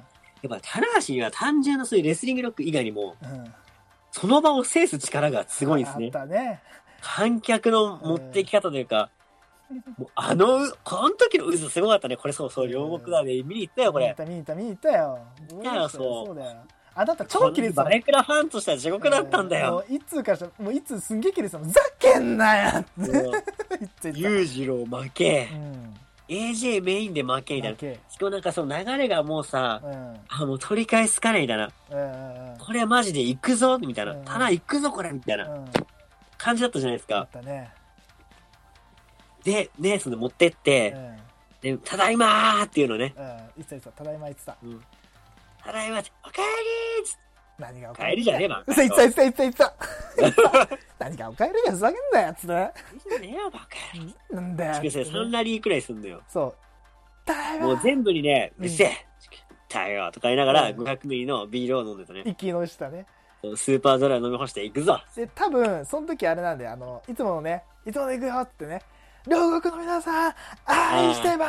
っぱ、棚橋には単純なそういうレスリングロック以外にも、うん。うん。その場を制す力がすごいですあっね。たね。観客の持ってき方というか、もうあのう、この時の渦すごかったね。これそうそう、両国だね。見に行ったよ、こ見に行れっ。た、見に行った、見に行ったよ。見たよそうそうだよ。あ、だったらこ超キレてたもバんレクラファンとしては地獄だったんだうもよ。ういつからしたら、もういつすんげえキレてたもん。ざけんなよってもう言ってた。裕次郎負けう。ん。 AJ メインで負けみたいな。 OK しかもなんかその流れがもうさ、うんあ、もう取り返すかねみたいな。うんうんこれはマジで行くぞみたいなう。んタナ行くぞこれみたいなうんうん感じだったじゃないですあかっ。たねで、ね、その持ってっうんて、で、ただいまーっていうのね。うん言ってた言ってたただいま言ってたただいまって、おかえりーっつっ何がお帰りじゃねえなな嘘言ってた言ってた言ってた言ってた何がおかえりだよふざけんなよっつってて。ねえよ、バカ野な郎。んだよしかしね3ラリーくらいすんのよ。そうただいもうま全部にね、うんうっせえ、たよとか言いながら、うん500ミリのビールを飲んでたね。一気に飲みしたねスーパードライ飲み干して行くぞで多分その時あれなんであのいつものねいつもの行くよってね両国の皆さん愛してま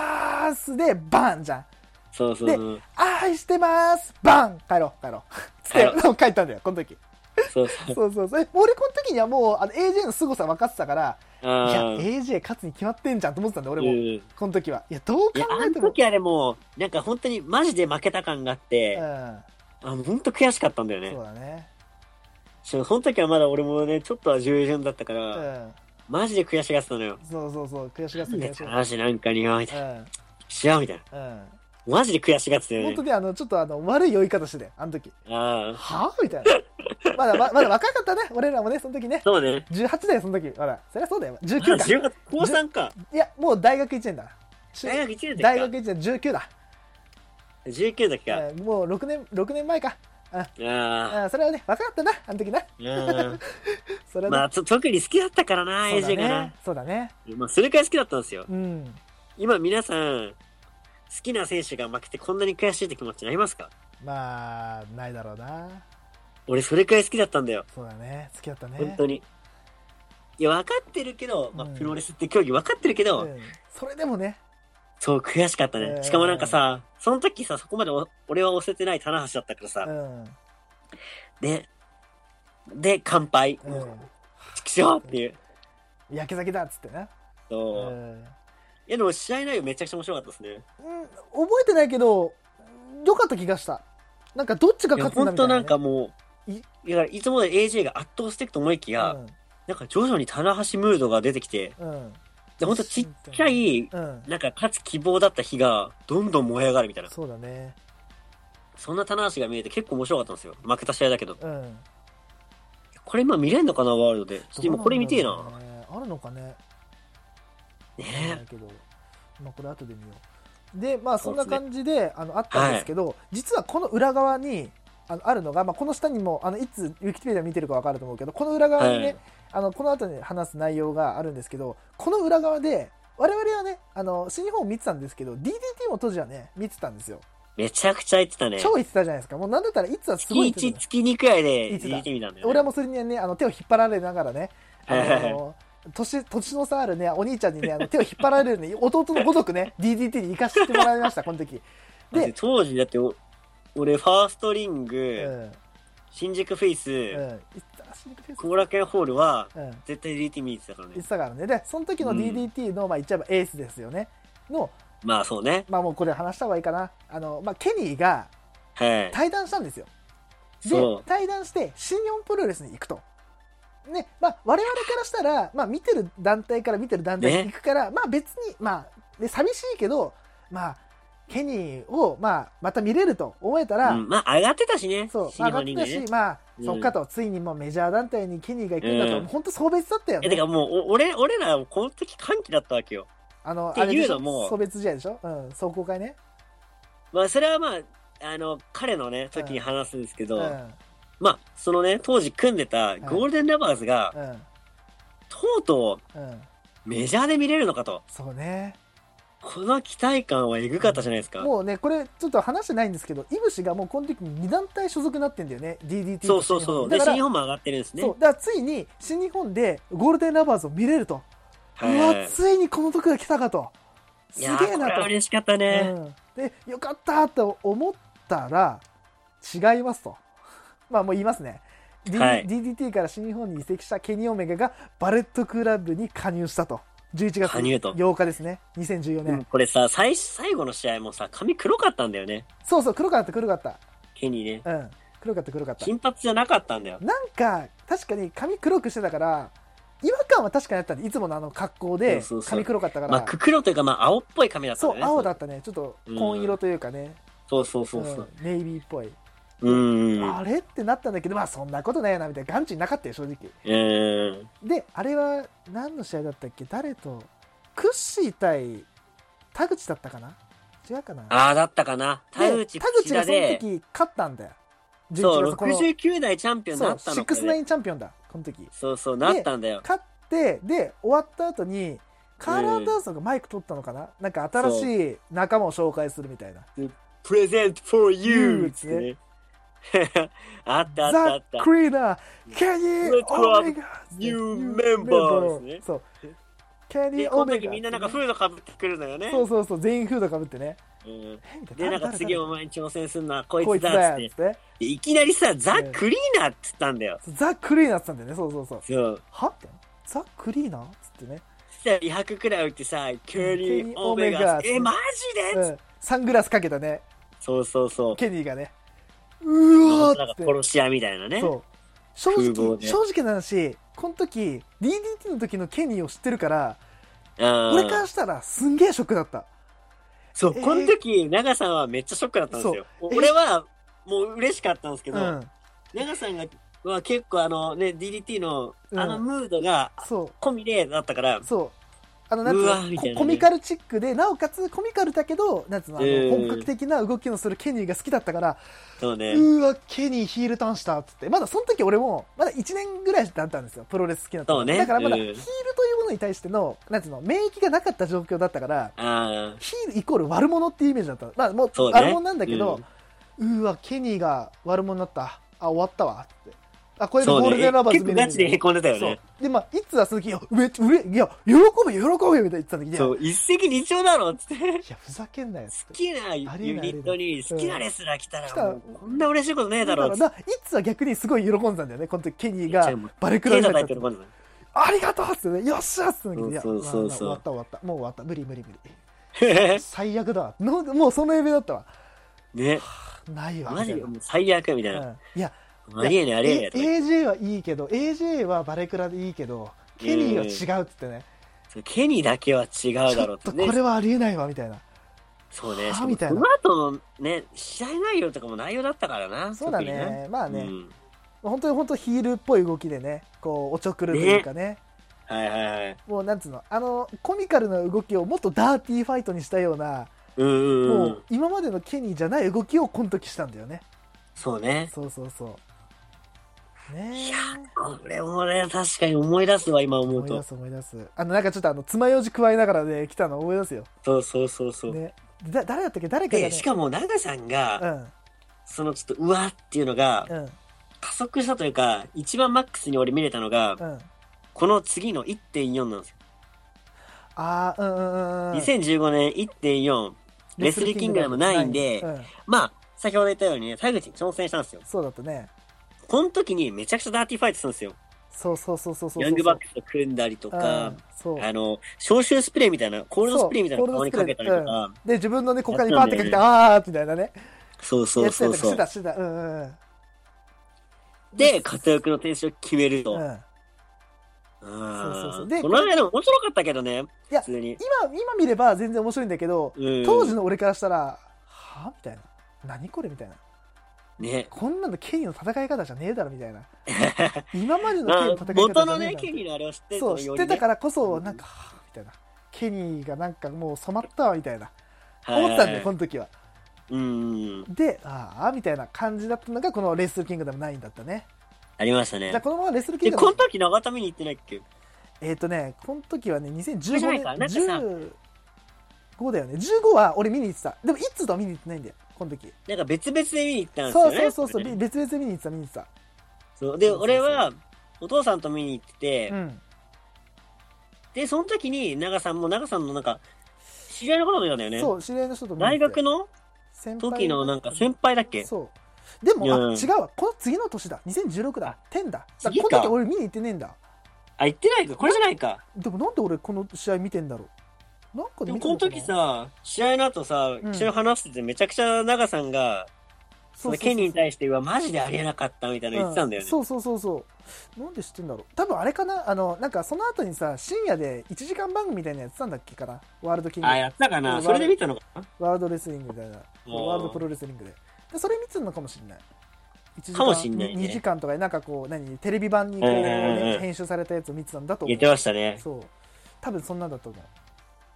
ーすでバンじゃんそうそうそう。愛してまーすバン帰ろう帰ろうつっ帰てろうもう帰ったんだよこの時そうそう。そうそうそうえ俺この時にはもうあの AJ の凄さ分かってたからいやあー AJ 勝つに決まってんじゃんと思ってたんだよう俺んもいこの時はいやどう考や、あえのても時あれもう、なんか本当にマジで負けた感があって、あの本当悔しかったんだようんねそう。だねそうその時はまだ俺もね、ちょっとは従順だったかうら、んマジで悔しがってたのよ。そうそうそう悔しがってなんたで悔しがっ話なんかによ、みたいな。てしよう、みたいな。たうんうんマジで悔しがってたよ本ね当。にあのちょっとあの悪い酔い方してたよあの時ああ、はみたいなまだままだ若かったね俺らもねその時ねそうね。 18だよその時まだそりゃそうだよあ19だ10月、高3か。いやもう大学1年だなし大学1年だ大っ学1年19だ、けか。19だっけか。うんもう6年六年前かああ、うんそれはね若かったなあの時なうん。それはねまあ、と特に好きだったからな、そうだ AJ がなね。そうだねまあ、それくらい好きだったんですよ。うん今皆さん、好きな選手が負けてこんなに悔しいって気持ちになりますかまあないだろうな俺それくらい好きだったんだよ。そうだね好きだったね本当に。いや、分かってるけど、まあうんプロレスって競技分かってるけど、うんそれでもねそう悔しかったえーね。しかもなんかさ、その時さ、そこまでお俺は押せてない棚橋だったからうさ、んうんね。で、乾杯。チキョーっていう。焼き酒だっつってなうそう。ん、うん、いや、でも試合内容めちゃくちゃ面白かったですね。覚えてないけど良かった気がしたなんかどっちがいや、勝つんだ本みたい当な、なね、んかもう、いいいやいつもで AJ が圧倒していくと思いきや、なんか徐々に棚橋ムードが出てきて、うんうんで、ほんとちっちゃい、うんなんか勝つ希望だった日が、どんどん燃え上がるみたいな。そうだねそんな棚橋が見えて結構面白かったんですよ。負けた試合だけど。うんこれ今見れんのかな、ワールドで。ちょっと今これ見てえどうな。んだろうねあるのかねわかんないねけど、まあ、これ後で見ようでまあそんな感じであのあったんですけど、実はこの裏側にあのあるのが、まあ、この下にもあのいつウィキペディア見てるか分かると思うけどこの裏側にね、はいあのこの後に話す内容があるんですけどこの裏側で我々はねあの新日本を見てたんですけど DDT も当時はね見てたんですよめちゃくちゃ言ってたね。超言ってたじゃないですかもうなんだったらいつはすごい言って月1、た月2くらいで言ってた DDT 見たんだよ、ね。俺はもうそれにはねあの手を引っ張られながら ねあはいの年年の差あるねお兄ちゃんにねあの手を引っ張られるね 弟のごとくね DDT に行かせてもらいましたこの 時だっでて、当時だってお、俺、ファーストリング、うん新宿フェイス、うんいつ足抜けです後楽園ホールは、うん絶対 DDT 見てたから言っね。てたからねでその時のうん DDT の、まあ言っちゃえばエースですよねのまあそうね。まあもうこれ話した方がいいかなあの、まあ、ケニーがはい。対談したんですよでそう対談して新日本プロレスに行くと。ねまあ、我々からしたら、まあ、見てる団体から見てる団体に行くから、まあ別に、まあ、で寂しいけど、まあ、ケニーを、まあ、また見れると思えたら、うん、まあ上がってたしね。そう、新まあ、上がって日本リンたグし、ね。まあ、うんそっかと、ついにもうメジャー団体にケニーが行くんだと、うん本当送別だったよえ、てね。かもう、お俺、俺ら、この時歓喜だったわけよ。あの、ってあれでしいうょのも送別試合でしょうん、壮行会ね。まあ、それはまあ、あの、彼のね、時に話すんですけうど、ん、うん、まあ、そのね、当時組んでたゴールデンラバーズが、とうとうん。うメジャーで見れるのかと。そうね。この期待感はエグかったじゃないですか。もうね、これちょっと話してないんですけど、イブシがもうこの時に2団体所属になってんだよね、DDT そとうそうそう。で、だか新ら日本も上がってるんですね。そうだからついに新日本でゴールデンラバーズを見れると、はいうわ、ついにこの時が来たかと、すいげやーえなこれとは、嬉しかったね。うん、でよかったと思ったら、違いますと、 まあもう言いますね、D はい DDT から新日本に移籍したケニー・オメガがバレットクラブに加入したと、11月加入と8日ですね、2014で年、もこれさ、最、最後の試合もさ、髪黒かったんだよね。そうそう、黒かった、黒かった。ケニーね。うん、黒かった黒かった金髪じゃなかったんだよ。なんか確かに髪黒くしてたから違和感は確かにあったねいつものあの格好でそうそうそう髪黒かったからまあ、く黒というか、まあ、青っぽい髪だったそようね。青だったねちょっと紺色というかね、そうそうそうそう。うんネイビーっぽい、うん。うんあれってなったんだけどまあそんなことないよなみたいな眼中になかったよ正直えーであれは何の試合だったっけ誰とクッシー対田口だったかな違うかなああ、だったかな。田で口、田口が田そので、時勝ったんだよ11そう、月この69代チャンピオンにそなうったのこれ69チャンピオンだこの時そうそう、なったんだよ。勝ってで終わった後にカール・アンダーソンがマイク取ったのかな、なんか新しい仲間を紹介するみたいな present for you! うんつってね。 あっ「たあったあっザ・た。クリーナー Can you Let's Omega new members ねそう Can you で、この時みんななんか Omega フードかぶってくるのよね。そうそうそう全員フードかぶってねうんえみたいで、なんか誰次誰お前に挑戦するのはここいいつつだっつだっよてっつ。ってでいきなりさ、ザ・うんクリーナーって言ったんだよ。ザ・クリーナーっつったんだよねそうそうそうそう。はってザ・クリーナーっつってね、そしたら200くらい打ってさ、ケリー・オオメメガガえ、マジで、うん、サングラスかけたねそうそうそう。ケニーがねうわーっなんつかって殺し屋みたいなね。そう正風貌直、ね正直な話この時 DDT の時のケニーを知ってるから、うん俺からしたらすんげえショックだったそう、えーこの時、長さんはめっちゃショックだったんですよ。うえ俺は、もう嬉しかったんですけうど、ん長さんが、は結構あのね、DDT の、うんあのムードが、そ込みでだったからう、そうあのなんつううのわーみたいなねココミカルチックでなおかつコミカルだけどなんつうのあの、うん本格的な動きのするケニーが好きだったから、そうね。うーわケニーヒールターンしたっつってまだその時俺もまだ1年ぐらいだったんですよプロレス好きなそう時ねだからまだうんヒールというものに対してのなんつうの免疫がなかった状況だったからああ、ヒールイコール悪者っていうイメージだったまあもうそうね悪者なんだけど、うーわケニーが悪者になったあ終わったわってあこれでそゴーうルデねンラ。バー結ズ構見ガチで凹んでたよそうね。でまあいつは鈴木いや上上いや喜ぶ喜ぶよみたいな言ってたんだけそ、どいう一石二鳥だろっつって。やふざけんなよっつって好きなユニットに好きなレスラー来たうらんもうこんな嬉しいことねえだろうっだつかっらないつは逆にすごい喜んだんだよねこの時ケニーめっちゃがもうバレてクラ手になっ叩いちてゃっるたもんだありがとうっつってねよっしゃっつってんだけどいやそうそうそまうあまあ終わった終わったもう終わった無理無理無理最悪だわのもうそのレベルだったわねないわマみたジいでなもう最悪みたいな、うんいやありえねえありえねえとか言って AJ はいいけど AJ はバレクラでいいけどケニーは違うっつってね、そうケニーだけは違うちだろょうっっとてねこれはありえないわみたいなそうねはあしかもみたいなこの後のね試合内容とかも内容だったからなそうだね特になまあねうん本当に本当ヒールっぽい動きでねこうおちょくるというかねはいはいはいもうなんつうのあのコミカルな動きをもっとダーティーファイトにしたような、うんうんうもんう今までのケニーじゃない動きをこの時したんだよねそうねそうそうそうねいえやこれもね確かに思い出すわ今思思うい出とす思い出すあのなんかちょっとあの爪楊枝加えながらね来たの思い出すよ、そうそうそうそう、ね、だ誰だったっけ誰かが、ね、でしかも長さんが、うそのちょっとうわっていうのが、んうん加速したというか、一番マックスに俺見れたのが、うんこの次の1.4なんですよ。ああうんうんうんうん2015年1.4、レスリーキングダム9で、うん、まあ、先ほど言ったようにね、田口に挑戦したんですよ。そうだったねこの時にめちゃくちゃダーティーファイトするんですよ。そうそうそうそうそうそうヤングバックと組んだりとうかん、そうあの、消臭スプレーみたいな、コールドスプレーみたいなそう顔にかけたりとか、で自分のね股間にやパーっっててかけたんだてよあーみたいなねそうそうそうそやってうた。やってたしてたうんうんうんで、活躍の転身を決めると。ううんんそうそうそうでこの間でも面白かったけどね、いや普通に。今今見れば全然面白いんだけど、うん当時の俺からしたらはみたいな何これみたいなね。こんなのケニーの戦い方じゃねえだろみたいな今までの まケニーのあ戦い方元じのゃねね、えケニーのあれを知ってだるろそう知ってたからこそうんなんかはみたいなケニーがなんかもう染まったわみたいなら思ったんだよこの時はうん。でああみたいな感じだったのがこのレッスルキングダム9だったねありましたねじゃあ。このままレッスルキンで、グダこのム時長田見に行ってないっけえっ、とねこの時はねじゃない2015かなんか年さ15だよね15は俺見に行ってたでもいつとは見に行ってないんだよこの時なんか別々で見に行ったんですそようね。そうそうそう、これびね別々で見に行ってた見に行ってそうで、そうそうそう俺は、お父さんと見に行ってて、たうんで、その時に、長さんも、長さんのなんか、知り合いのことだったよね。そう知り合いの人と見に行っ大て学の先輩時のなんか先輩だっけそうでもあうん違うわこの次の年だ2016だ10だだから次こかの時俺見に行ってねえんだあ、行ってないか。これじゃないか。でもなんで俺この試合見てんだろうなんかででも見てこのんかな時さ、試合の後さ、うん一緒に話してて、めちゃくちゃ長さんが、その権利に対してはマジでありえなかったみたいなの言ってたんだようね。そうそうそうそうなんで知ってんだろう多分あれかなあのなんかその後にさ深夜で1時間番組みたいなのやってたんだっけかなワールドキングあ、やったかうなんそれで見たのかなワールドレスリングみたいなうんワールドプロレスリングででそれ見てるのかもしれない1時間かもしんないね2時間とかでなんかこう何テレビ版にこう、うんうんうん編集されたやつを見てたんだと思言うってましたね。そう多分そんなんだと思う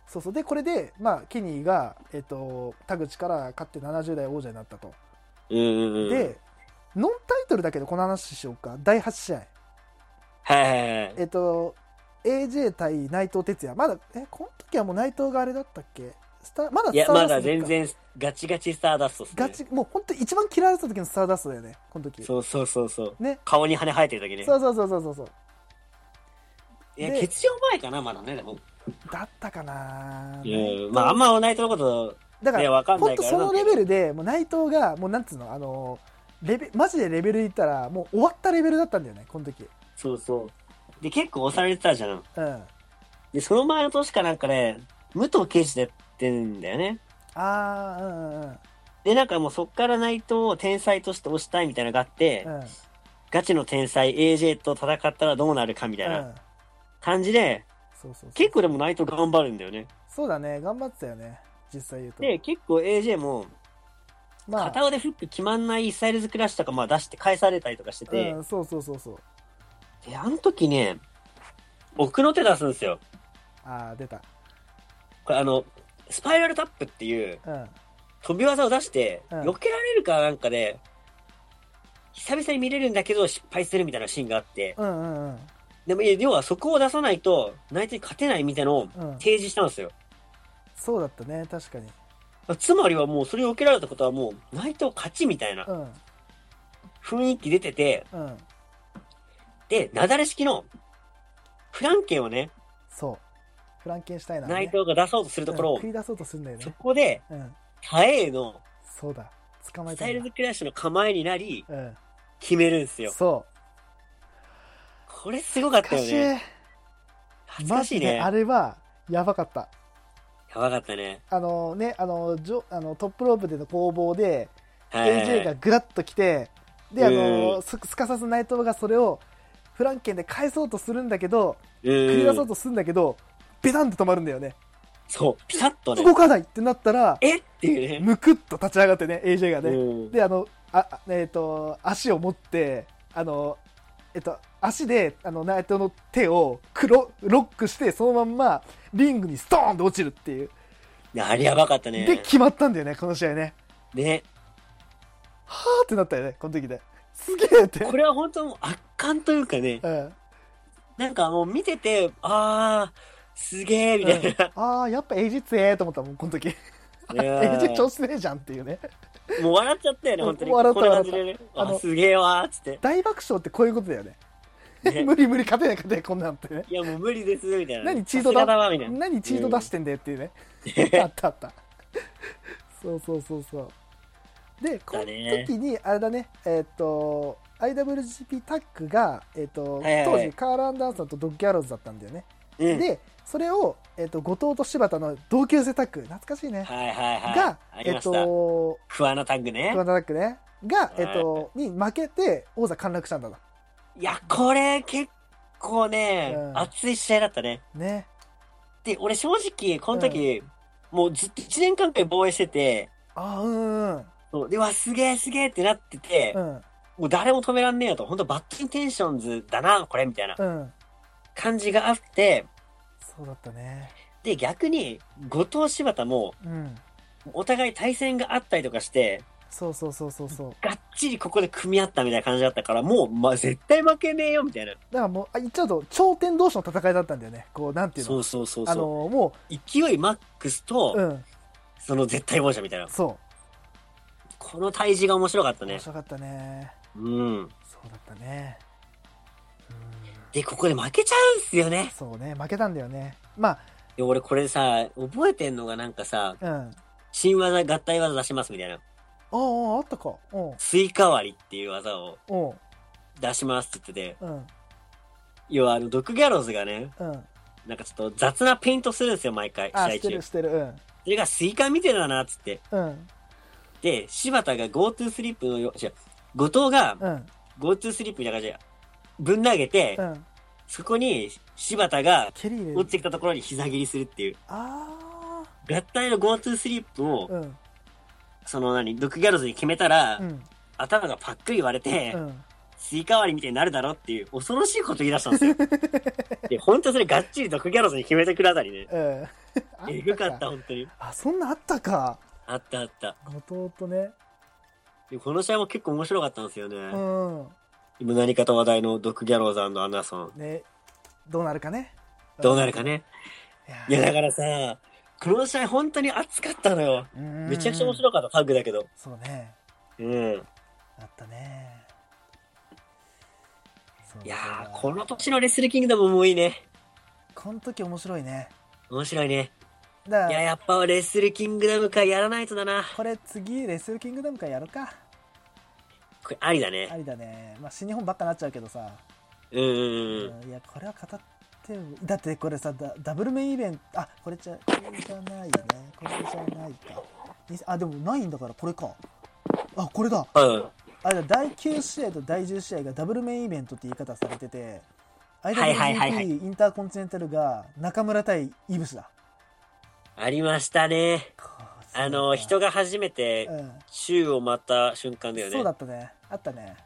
そうそうでこれで、まあ、ケニーが、えっと田口から勝って70代王者になったと、うんうんうん。でノンタイトルだけどこの話しようか第8試合はいはいはい。えっと AJ 対内藤哲也まだえこの時はもう内藤があれだったっけスターまだいや、スターまダだストか全然ガチガチスターダストっすね。ガチもう本当一番嫌われた時のスターダストだよねこの時そうそうそうそう。ね顔に羽生えてる時ね。そうそうそうそうそうそういや、で欠場前かな、まだね、でも。だったかなうん。まあ、あんま同じのこと、だかいやらわかんな本い当からそのレベルでもう内藤がもうなんつうのあのレベマジでレベルいったらもう終わったレベルだったんだよねこの時そうそう。で、結構押されてたじゃん。うんあで、その前の年かなんかね、武藤圭司でやってんだよね。あーうんうんうんで、なんかもうそっから内藤を天才として推したいみたいなのがあって、うんガチの天才 AJ と戦ったらどうなるかみたいうなん感じで、そうそうそう結構でも内藤頑張るんだよね。そうだね頑張ってたよね実際言うとで、結構 AJ も、まあ片腕フック決まんないスタイルズクラッシュとかまあ出して返されたりとかしててう、ん、そうそうそうそうで、あの時ね、奥の手出すんですよ。ああ出たこれあの、スパイラルタップっていううん飛び技を出して、うん避けられるかなんかで、久々に見れるんだけど失敗するみたいなシーンがあって、うんうんうんでもいや要はそこを出さないと内藤に勝てないみたいなのをうん提示したんですよ。そうだったね確かにつまりはもうそれを受けられたことはもう内藤勝ちみたいなうん雰囲気出てて、うんで、なだれ式のフランケンをね、そうフランケンシュタイナーね内藤が出そうとするところうんを繰、り出そうとするんだよそねこで、うんタエのそうだ捕まえスたタイルんズだクラッシュの構えになり、うん決めるんですよ。そこれすごかっうたよね。恥ずかマしいジね。であやれはやばかったばかったね。あのねあのジョあのトップロープでの攻防ではいはいはい AJ がグラッと来てであうのんすすかさず内藤がそれをフランケンで返そうとするんだけど繰り出そううん。とするんだけどベタンと止まるんだよねそう、ピタッとね動。かないってなったらえっていうね。むくっと立ち上がってね AJ がね、うんであのああえっ、と足を持ってあのえっ、と足であのナイトの手をクロロックしてそのまんまリングにストーンと落ちるっていう、あれやばかったでね。決まったんだよねこの試合ねね。はーってなったよねこの時ですげえってこれは本当もう圧巻というかね。 うんなんかもう見てて、あー、すげー、みたいな。ああやっぱ AJ 強えと思ったもんこの時 AJ 調子ねえじゃんっていうねもう笑っちゃったよね、本当に。笑ったこんな感じでね。笑ったああ、のすげえわー、つって。大爆笑ってこういうことだよね ね無理無理勝てない勝てないこんなんってねいや、もう無理です、みたいな。何チートさすがだだわ、みたいな。何チート出してんだよっていうね、 あったあったそうそうそうそうでこのだね時にあれだねえっ、と IWGP タッグが、えっとはいはい当はい時カール・アンダーソンとドッグ・アローズだったんだよね、うん。はいでそれを、えっと後藤と柴田の同級生タッグ懐かしいね、はいはい。がありえっました。と不安のタッグね桑田。タッグねがは、いえっとに負けて王座陥落したんだないや、これ結構ねう、ん熱い試合だったね。ねで、俺正直、この時、もうずっと1年間くらい防衛してて、ああうんうんそうで、うわ、すげえすげえってなっててう、んもう誰も止めらんねえよと、本当バッキンテンションズだな、これ、みたいなうん感じがあって、そうだったねで、逆に、後藤柴田も、うんお互い対戦があったりとかして、そうそうそうそうそうがっちりここで組み合ったみたいな感じだったから、もう、まあ、絶対負けねえよ、みたいな。だからもう、あ言っちゃうと、頂点同士の戦いだったんだよね。こう、なんていうのそうそうそうあその、もう。勢いマックスと、う、うん、その絶対王者みたいな。そこの対峙が面白かっう。た面ね。白かったね。うん。そうだったね。で、ここで負けちゃうんすようんね。そうね、負けたんだよね。まあ、で、俺これさ、覚えてんのがなんかさ、うん。新技、合体技出しますみたいな。おうおうあったか。おうスイカ割りっていう技をおう出しますって言ってて、うん、要はあの、ドッグギャローズがね、うん。なんかちょっと雑なペイントするんですよ、毎回、あ、試合して中る、。してる。それがスイカ見てるだな、っつって。うん、うん。で、柴田が GoTo スリープのよ、違う、後藤がうん。 GoTo スリープみたいな感じで、ぶん投げて、うん。そこに柴田が蹴り入れ落るち。てきたところに膝蹴りするっていう。あ合体の GoTo スリープをあ。、うん。その何、毒ギャルズに決めたら、うん。頭がパックリ割れて、うん。スイカ割りみたいになるだろっていう、恐ろしいこと言い出したん ですよ。で、本当それがっちり毒ギャルズに決めてくるあたりね。うん。えぐかっ あた、本当に。あ、そんなあったか。あったあった。後藤とね。でこの試合も結構面白かったんですよね。うん。今何かと話題のドクギャローさんのアンダーソン。ね。どうなるかね。どうなるかね。いいや、やだからさ、この試合本当に熱かったのよ。めめちゃくちゃ面白かった、タッグだけど。そうね。うん。あったね。そういやそうだー、この年のレスルキングダムもいいね。この時面白いね。面白いね。だいかや、ら、やっぱレスルキングダムかやらないとだな。これ次、レスルキングダムからやるか。これありだねあ。りだね。まあ、新日本ばっかなっちゃうけどさ。うんうんうん。うんいや、これは語っても、だってこれさ、ダダブルメインイベント、あ、これじゃ、これじゃないね。これじゃないか。にあ、でもないんだから、これか。あ、これだ。うん。あれだ、第9試合と第10試合がダブルメインイベントって言い方されてて、いはいはいはい IWGP インターコンチネンタルが中村対イブシだ。ありましたね。あの、人が、が初めてうん宙を舞った瞬間だよね。そうだったね。あったね。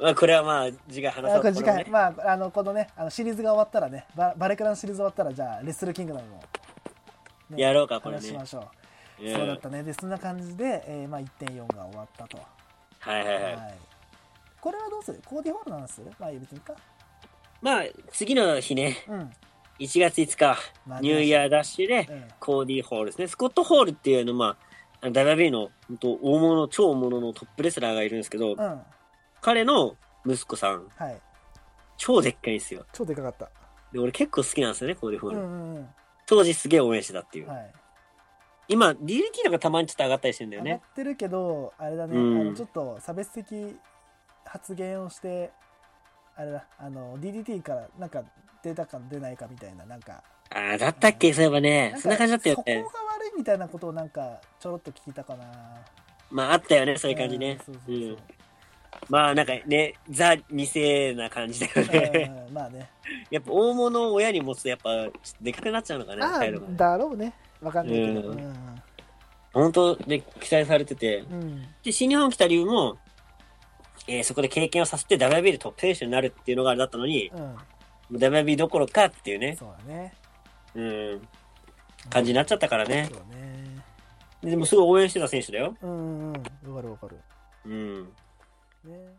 まあ、これはまあ、次回話あそう。これ次これ回、もねまあ、あの、このね、あのシリーズが終わったらね、ババレクラのシリーズ終わったら、じゃあ、レッスルキングダムも、ねやろうか、これ話しねま。しょう。うんそうだったね。で、そんな感じで、えーまあ、1.4が終わったと。はいはいはい。はいこれはどうするコーディホールなんでするまあ、別にいいか。まあ、次の日ね、うん。 1月5日、まあニューイヤーダッシュで、うん。コーディー・ホールですね。スコット・ホールっていうの、まあ、WB の、本当大物、超大物のトップレスラーがいるんですけう、どん。彼の息子さん、はい。超でっかいんですよ。超でかかった。で、俺結構好きなんですよね、コーディー・ホうーんル。うんうん。当時すげえ応援してたっていう。はい。今、DDT のがたまにちょっと上がったりしてんだよ上がっね。てるけど、あれだね、うんあのちょっと差別的発言をして、あれだ、あの、DDT からなんか出たか出ないかみたいな、なんか、ああ、だったっけそういえばねな。んそんな感じだったよかねそ。こが悪いみたいなことをなんか、ちょろっと聞いたかな。まあ、あったよね、そういう感じねん。そうそうう。そうんまあ、なんかね、ザ・2世な感じだよね。うんうんまあね。 やっぱ大物を親に持つと、やっぱ、ちょっとでかくなっちゃうのかね、あ態度があ、だろうね。わかんないけど。ううんん。本当で期待されてて。うん。で、新日本来た理由も、えーそこで経験をさせて WB でトップ選手になるっていうのがあれだったのに、うん。 WB どころかっていうね、そうだね。うん、感じになっちゃったからねそ。うね。でもすごい応援してた選手だよ。うんうんうん。わかるわかる。うん。ね。